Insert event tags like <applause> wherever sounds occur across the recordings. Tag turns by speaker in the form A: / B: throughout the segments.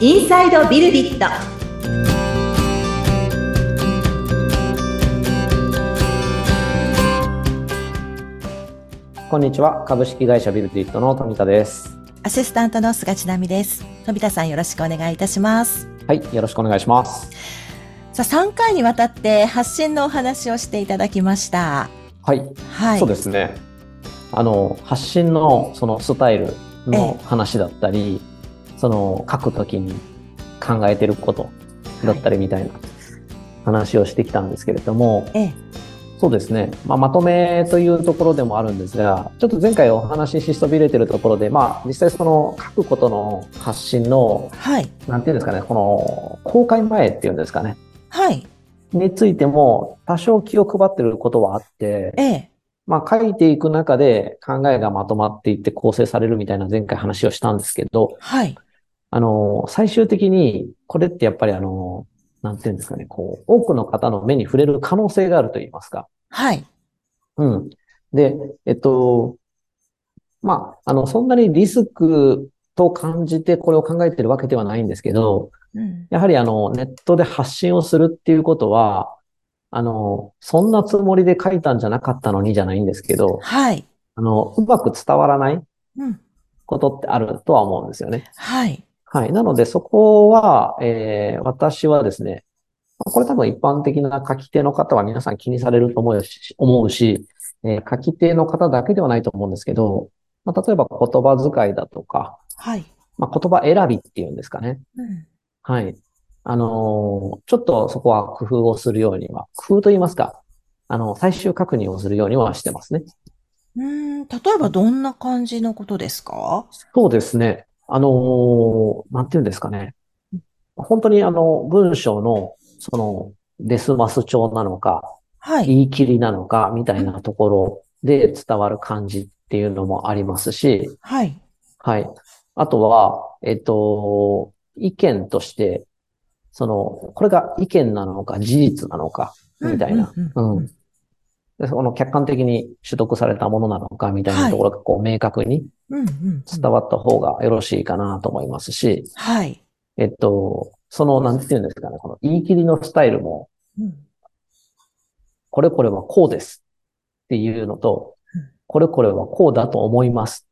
A: インサイドビルディット
B: こんにちは。株式会社ビルディットの富田です。
C: アシスタントの菅千奈美です。飛田さんよろしくお願いいたします。
B: はい。よろしくお願いします。
C: さあ、3回にわたって発信のお話をしていただきました。
B: はい。
C: はい。
B: そうですね。あの、発信のそのスタイルの話だったり、その書くときに考えてることだったりみたいな話をしてきたんですけれども、
C: ええ。
B: そうですね、まあ、まとめというところでもあるんですが、ちょっと前回お話ししそびれてるところで、まあ、実際その書くことの発信の、
C: はい。
B: なんていうんですかね、この公開前っていうんですかね、
C: はい。
B: についても多少気を配ってることはあって、
C: ええ。
B: まあ、書いていく中で考えがまとまっていって構成されるみたいな前回話をしたんですけど、
C: はい。
B: あの、最終的に、これってやっぱりあの、なんていうんですかね、こう、多くの方の目に触れる可能性があると言いますか。
C: はい。
B: うん。で、えっと、まあ、あの、そんなにリスクと感じてこれを考えてるわけではないんですけど、
C: うん。
B: やはりあの、ネットで発信をするっていうことは、あの、そんなつもりで書いたんじゃなかったのにじゃないんですけど、
C: はい。
B: あの、うまく伝わらない
C: うん。
B: ことってあるとは思うんですよね。
C: はい。
B: はい。なので、そこは、えー私はですね、まあこれ多分一般的な書き手の方は皆さん気にされると思うし、思うしえー書き手の方だけではないと思うんですけど、まあ、例えば言葉遣いだとか、
C: はい。
B: まあ、言葉選びっていうんですかね。
C: うん。
B: はい。あのーちょっとそこは工夫をするようには、工夫と言いますか、あの、最終確認をするようにはしてますね。
C: うーん。例えばどんな感じのことですか
B: そうですね。あのーなんていうんですかね。本当にあの、文章の、その、デスマス調なのか、
C: はい。
B: 言い切りなのか、みたいなところで伝わる感じっていうのもありますし、
C: はい。
B: はい。あとは、えっと、意見として、その、これが意見なのか、事実なのか、みたいな。
C: うん。うん
B: うん。でその客観的に取得されたものなのか、みたいなところが、こう、明確に
C: うん。うん
B: 伝わった方がよろしいかなと思いますし、
C: はい。
B: えっと、その、なんていうんですかね、この言い切りのスタイルも、
C: うん。
B: これこれはこうですっていうのと
C: うん、
B: これこれはこうだと思います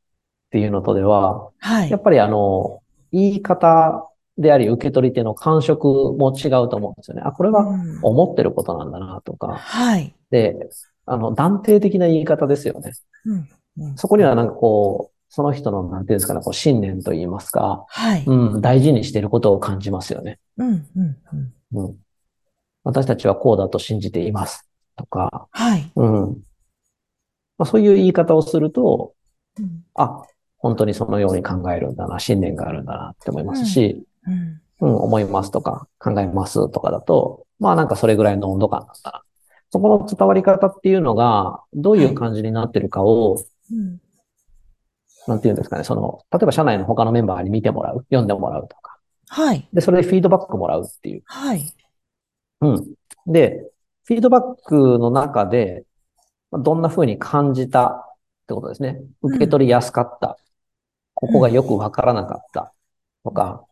B: っていうのとでは、
C: は
B: や
C: い
B: っ。ぱりあの、言い方であり受け取り手の感触も違うと思うんですよね。あ、これは
C: うん
B: 思ってることなんだなとか。
C: はい。
B: で、あの、断定的な言い方ですよね。
C: うん。うん
B: そこにはなんかこう、その人の、なんていうんですかね、こう信念と言いますか、
C: はい。
B: うん、大事にしていることを感じますよね。
C: うん。うん。うん。
B: うん。私たちはこうだと信じています。とか、
C: はい。
B: うん。まあ、そういう言い方をすると、
C: うん。
B: あ、本当にそのように考えるんだな、信念があるんだなって思いますし、
C: うん。
B: うん、思いますとか、考えますとかだと、まあなんかそれぐらいの温度感なんだな。そこの伝わり方っていうのが、どういう感じになってるかを、
C: うん。
B: なんていうんですかね、その、例えば社内の他のメンバーに見てもらう、読んでもらうとか、
C: はい。
B: で、それでフィードバックもらうっていう。
C: はい。
B: うん。で、フィードバックの中で、まあどんな風に感じたってことですね。
C: うん
B: 受け取りやすかった。ここがよくわからなかった。とか、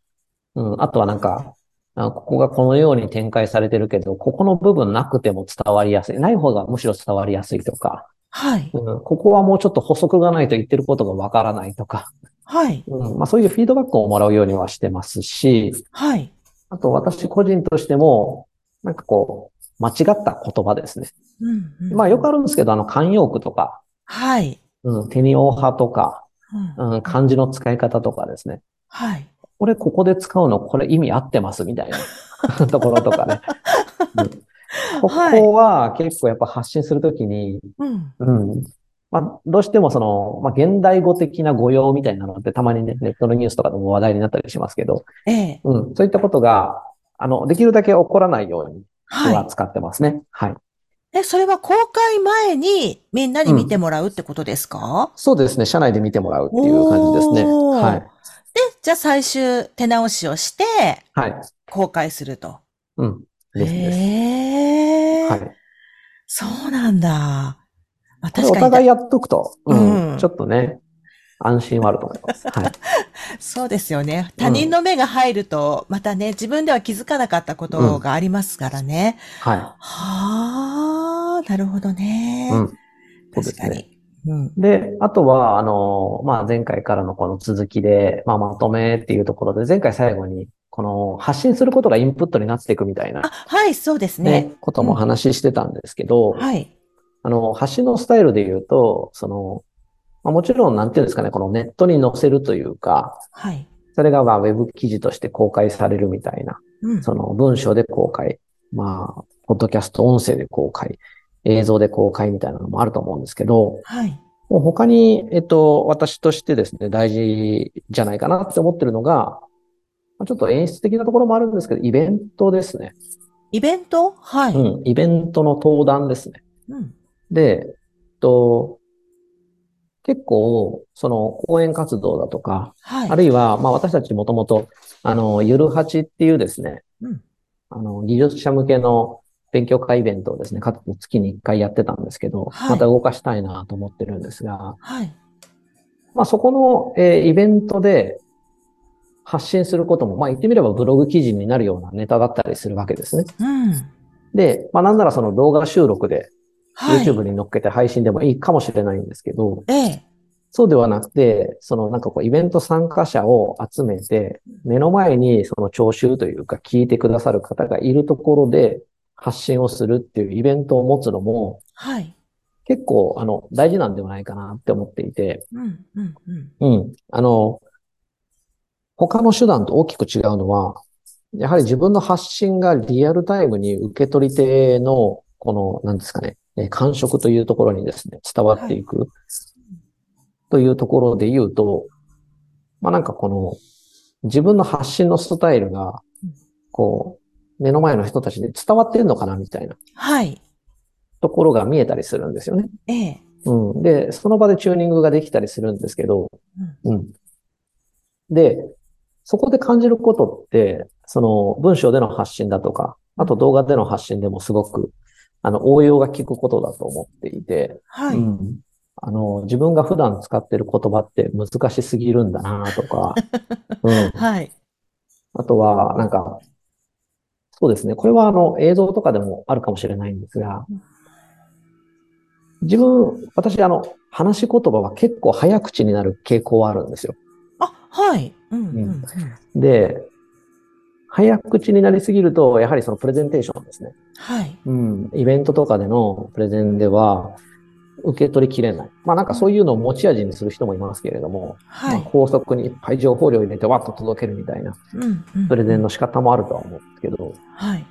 B: うん、あとはなんか、あここがこのように展開されてるけど、ここの部分なくても伝わりやすい。ない方がむしろ伝わりやすいとか、
C: はい。
B: うん、ここはもうちょっと補足がないと言ってることがわからないとか、
C: はい。
B: うん、まあそういうフィードバックをもらうようにはしてますし、
C: はい。
B: あと私個人としても、なんかこう、間違った言葉ですね。
C: うんうん
B: まあよくあるんですけど、あの、慣用句とか、
C: はい。
B: うん、テニオ派とか、
C: うん
B: うん、漢字の使い方とかですね。
C: はい。
B: これここで使うの、これ意味合ってますみたいな <laughs> ところとかね。うんここは結構やっぱ発信するときに、
C: うん。
B: うん。まあ、どうしてもその、まあ、現代語的な語用みたいなのってたまにね、ネットのニュースとかでも話題になったりしますけど、
C: ええ。
B: うん、そういったことが、あの、できるだけ起こらないように、は
C: は
B: 使ってますね。はい。
C: い。え、それは公開前にみんなに見てもらうってことですか、
B: そうですね。社内で見てもらうっていう感じですね。
C: おー
B: はい。
C: で、じゃあ最終手直しをして
B: はい。
C: 公開すると。
B: うん。ですです。
C: へえ。
B: はい。
C: そうなんだ。まあ、
B: これ
C: 確
B: お
C: か
B: 互い
C: に。
B: やっとくと、うん
C: うん <laughs>
B: ちょっとね、安心はあると思います。はい。
C: そうですよね。他人の目が入ると、またね、自分では気づかなかったことがありますからね。
B: は
C: はあ、なるほどね
B: い。。うん。そうで
C: 確
B: す
C: か
B: ね。
C: に。うん。
B: で、あとは、あの、まあ、前回からのこの続きで、まあ、まとめっていうところで、前回最後に、この発信することがインプットになっていくみたいな、
C: あ、はい、そうです
B: ね、
C: ね。
B: ことも話してたんですけど、
C: はい。
B: あの、発信のスタイルで言うと、その、まあ、もちろん、なんていうんですかね、このネットに載せるというか、
C: はい。
B: それがまあ、ウェブ記事として公開されるみたいな、
C: うん。
B: その文章で公開、まあ、ポッドキャスト音声で公開、映像で公開みたいなのもあると思うんですけど、
C: はい。
B: もう他に、えっと、私としてですね、大事じゃないかなって思ってるのが、まあちょっと演出的なところもあるんですけど、イベントですね。
C: イベントはい。
B: うん、イベントの登壇ですね。
C: うん。
B: で、えっと、結構、その、講演活動だとか、
C: はい。
B: あるいは、まあ私たちもともと、あの、ゆるはちっていうですね、
C: うん。
B: あの、技術者向けの勉強会イベントをですね、かつて月に1回やってたんですけど、
C: はい
B: また動かしたいなと思ってるんですが、
C: はい。
B: まあ、そこの、えーイベントで発信することも、まあ、言ってみればブログ記事になるようなネタだったりするわけですね。
C: うん。
B: で、まあ、なんならその動画収録で
C: はい。
B: YouTube に載っけて配信でもいいかもしれないんですけど、
C: ええ。
B: そうではなくて、そのなんかこうイベント参加者を集めて、目の前にその聴衆というか聞いてくださる方がいるところで発信をするっていうイベントを持つのも
C: はい。
B: 結構あの大事なんではないかなって思っていて、
C: うん。うん。うん。
B: うん。あの、他の手段と大きく違うのは、やはり自分の発信がリアルタイムに受け取り手の、この、なんですかね、えー感触というところにですね、伝わっていく、というところで言うと、まあなんかこの、自分の発信のスタイルが
C: うん、
B: こう、目の前の人たちに伝わってるのかな、みたいな
C: はい。
B: ところが見えたりするんですよね。
C: ええ。
B: うん。で、その場でチューニングができたりするんですけど、
C: うん
B: うん。で、そこで感じることって、その文章での発信だとか、あと動画での発信でもすごく、あの、応用が効くことだと思っていて、
C: は
B: う
C: い。
B: んあの、自分が普段使ってる言葉って難しすぎるんだなと
C: <laughs>
B: か、うん。
C: はい。
B: あとは、なんか、そうですね。これはあの映像とかでもあるかもしれないんですが
C: うん、
B: 自分、私、あの、話し言葉は結構早口になる傾向はあるんですよ。
C: あ、はい。うん。うん。う
B: う
C: ん
B: んで、早口になりすぎると、やはりそのプレゼンテーションですね。
C: はい。
B: うん。イベントとかでのプレゼンでは、受け取りきれない。まあなんかそういうのを持ち味にする人もいますけれども、
C: は
B: まあ
C: い。
B: 高速にいっぱい情報量入れてわっと届けるみたいな
C: うん。うん
B: プレゼンの仕方もあるとは思うんですけど、
C: はい。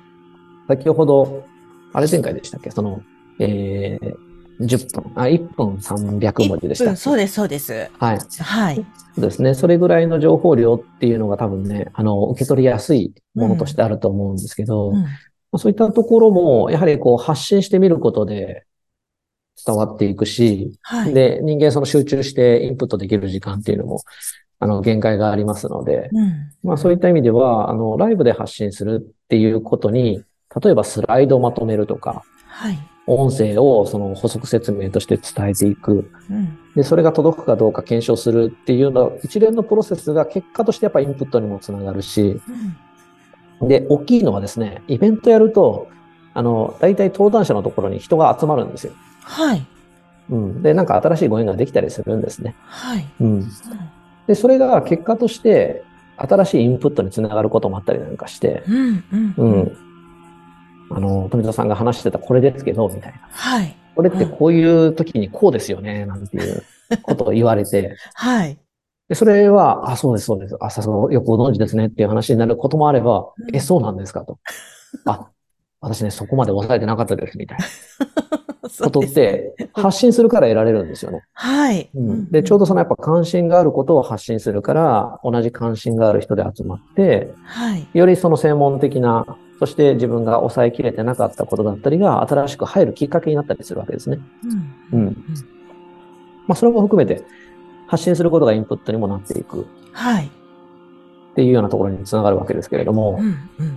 B: 先ほど、あれ前回でしたっけその、えー、10分、あ、1分300文字でした
C: 一分
B: っけ
C: そうです、そうです。
B: はい。
C: はい。
B: そうですね。それぐらいの情報量っていうのが多分ね、あの、受け取りやすいものとしてあると思うんですけど、
C: うん。
B: まあそういったところも、やはりこう発信してみることで伝わっていくし、
C: はい。
B: で、人間その集中してインプットできる時間っていうのも、あの、限界がありますので、
C: うん。
B: まあそういった意味では、あの、ライブで発信するっていうことに、例えばスライドをまとめるとか、
C: はい。
B: 音声をその補足説明として伝えていく。
C: うん。
B: で、それが届くかどうか検証するっていうの一連のプロセスが結果としてやっぱインプットにもつながるし、
C: うん。
B: で、大きいのはですね、イベントやると、あの、大体登壇者のところに人が集まるんですよ。
C: はい。
B: うん。で、なんか新しいご縁ができたりするんですね。
C: はい。
B: うん。
C: う
B: で、それが結果として、新しいインプットにつながることもあったりなんかして、
C: ん。うん。
B: う
C: うん。
B: ん。あの、富田さんが話してたこれですけど、みたいな。
C: はい。
B: これってこういう時にこうですよね、なんていうことを言われて。
C: はい。 <laughs>
B: で、それは、あ、そうです、そうです。あ、さすがよくご存知ですねっていう話になることもあれば
C: う、ん
B: え、そうなんですかと。あ、私ね、そこまで抑えてなかったです、みたいな
C: <laughs> そ
B: こ
C: う
B: とっ
C: です
B: て、発信するから得られるんですよね。
C: はい。
B: うんで、ちょうどそのやっぱ関心があることを発信するから、同じ関心がある人で集まって、
C: はい。
B: よりその専門的な、そして自分が抑えきれてなかったことだったりが、新しく入るきっかけになったりするわけですね。
C: うん。
B: うん。まあ、それも含めて、発信することがインプットにもなっていく
C: はい。
B: っていうようなところにつながるわけですけれども、
C: うん。うん。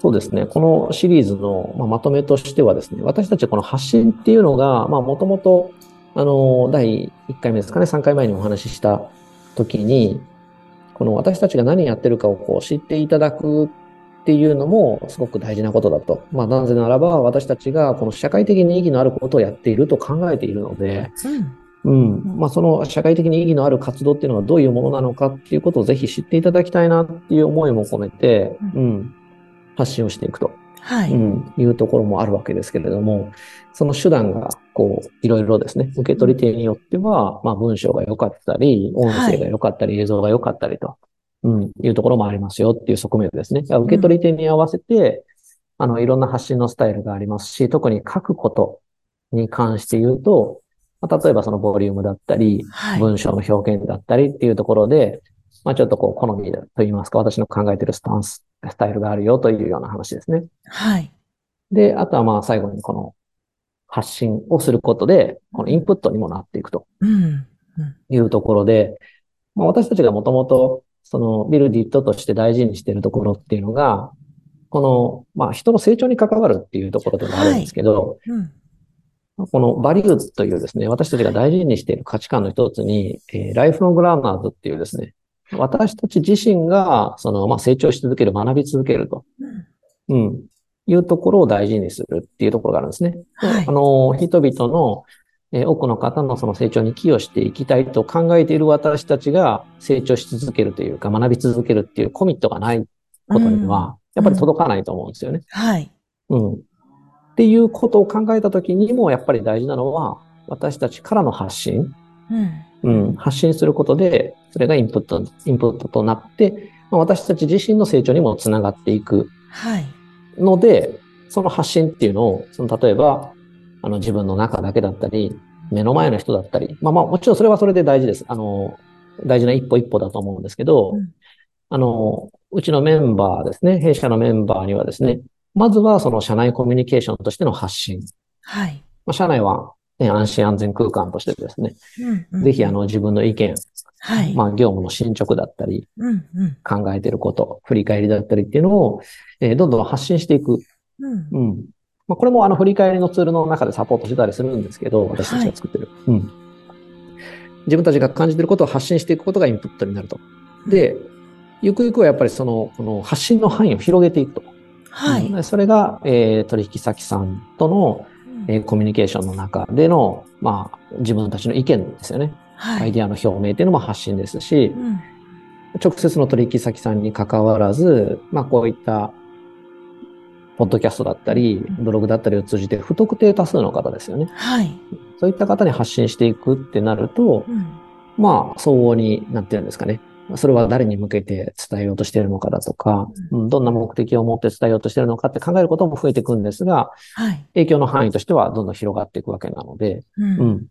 B: そうですね。このシリーズの、まあ、まとめとしてはですね、私たちこの発信っていうのが、まあ、もともと、あの、第1回目ですかね、3回前にもお話しした時に、この私たちが何やってるかをこう知っていただくっていうのもすごく大事なことだと。まあ、なぜならば私たちがこの社会的に意義のあることをやっていると考えているので、
C: うん。
B: うん。まあ、その社会的に意義のある活動っていうのはどういうものなのかっていうことをぜひ知っていただきたいなっていう思いも込めて、うん。発信をしていくと。
C: は
B: う
C: い。
B: ん、いうところもあるわけですけれども、その手段が、こう、いろいろですね、受け取り手によっては、まあ、文章が良かったり、音声が良かったり、映像が良かったりと、うん、いうところもありますよっていう側面ですね。だから受け取り手に合わせて、あの、いろんな発信のスタイルがありますし、特に書くことに関して言うと、まあ例えばそのボリュームだったり、
C: はい。
B: 文章の表現だったりっていうところで、まあちょっとこう、好みと言いますか、私の考えてるスタンス、スタイルがあるよというような話ですね。
C: はい。
B: で、あとはまあ最後にこの発信をすることで、このインプットにもなっていくと
C: うん。
B: いうところで、まあ、私たちがもともとそのビルディットとして大事にしているところっていうのが、この、まあ人の成長に関わるっていうところでもあるんですけど、
C: うん。
B: このバリューというですね、私たちが大事にしている価値観の一つに、えーライフのグランナーズっていうですね、私たち自身が、その、まあ、成長し続ける、学び続けると、
C: うん
B: うん、いうところを大事にするっていうところがあるんですね。
C: はい
B: あ。の、人々の、えー多くの方のその成長に寄与していきたいと考えている私たちが成長し続けるというか、学び続けるっていうコミットがないことには、やっぱり届かないと思うんですよね。
C: はい。
B: うん。っていうことを考えたときにも、やっぱり大事なのは、私たちからの発信。
C: うん。
B: うん。発信することで、それがインプット、インプットとなって、まあ私たち自身の成長にもつながっていく
C: はい。
B: ので、その発信っていうのを、その例えば、あの自分の中だけだったり、目の前の人だったり、まあまあもちろんそれはそれで大事です。あの、大事な一歩一歩だと思うんですけど、
C: うん
B: あの、うちのメンバーですね、弊社のメンバーにはですね、まずはその社内コミュニケーションとしての発信。
C: はい。
B: まあ、社内は、ね、安心安全空間としてですね、
C: うんうん
B: ぜひあ、の自分の意見、
C: はい。
B: まあ業務の進捗だったり、
C: うんうん。
B: 考えてること、振り返りだったりっていうのを、えーどんどん発信していく
C: うん。
B: うん。まあ、これもあの振り返りのツールの中でサポートしてたりするんですけど、私たちが作ってる。うん。自分たちが感じてることを発信していくことがインプットになると。で、ゆくゆくはやっぱりその、この発信の範囲を広げていくと。
C: はい。
B: うんそれが、えー取引先さんとの、
C: うん
B: えーコミュニケーションの中での、まあ、自分たちの意見ですよね。
C: は
B: アイ
C: い。
B: デアの表明っていうのも発信ですし
C: う、ん。
B: 直接の取引先さんに関わらず、まあこういった、ポッドキャストだったり、ブログだったりを通じて、不特定多数の方ですよね。
C: はい。
B: そういった方に発信していくってなると
C: う、ん。
B: まあ、相応になってるんですかね。それは誰に向けて伝えようとしているのかだとか、うんどんな目的を持って伝えようとしているのかって考えることも増えていくんですが、
C: はい。
B: 影響の範囲としてはどんどん広がっていくわけなので、
C: う。
B: うんん。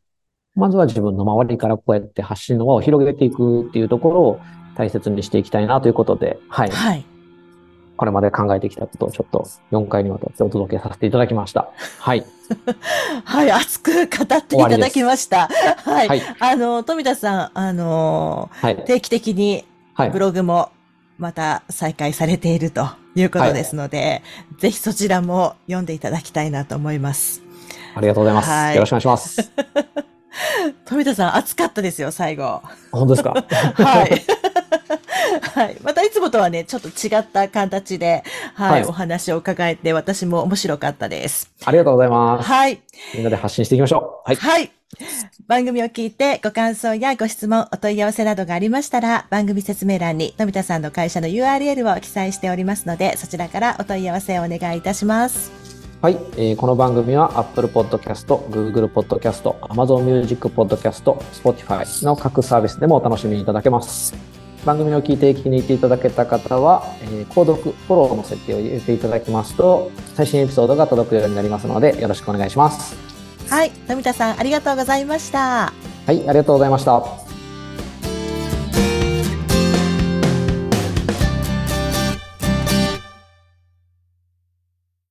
B: まずは自分の周りからこうやって発信の輪を広げていくっていうところを大切にしていきたいなということで、はい。
C: はい。
B: これまで考えてきたことをちょっと4回にわたってお届けさせていただきました。はい。
C: はい。 <laughs> 熱く語っていただきました。はい。
B: はい。
C: あの、富田さん、あの
B: は
C: ー
B: い。
C: 定期的に
B: はい
C: ブ。ログもまた再開されているということですので、ぜひそちらも読んでいただきたいなと思います。
B: ありがとうございます。
C: はい
B: よろしくお願いします。
C: 富田さん、熱かったですよ、最後。
B: 本当で
C: <laughs>
B: すか <laughs>
C: はい。はい。またいつもとはね、ちょっと違った形で、はい、
B: はい
C: お話を伺えて、私も面白かったです。
B: ありがとうございます。
C: はい。
B: みんなで発信していきましょう。はい。
C: はい。番組を聞いてご感想やご質問、お問い合わせなどがありましたら、番組説明欄に富田さんの会社の URL を記載しておりますので、そちらからお問い合わせをお願いいたします。
B: はい、えーこの番組は Apple Podcast、Google Podcast、Amazon Music Podcast、Spotify の各サービスでもお楽しみいただけます。番組を聞いて気に入っていただけた方は、えー購読、フォローの設定を入れていただきますと、最新エピソードが届くようになりますので、よろしくお願いします。
C: はい。富田さん、ありがとうございました。
B: はい、ありがとうございました。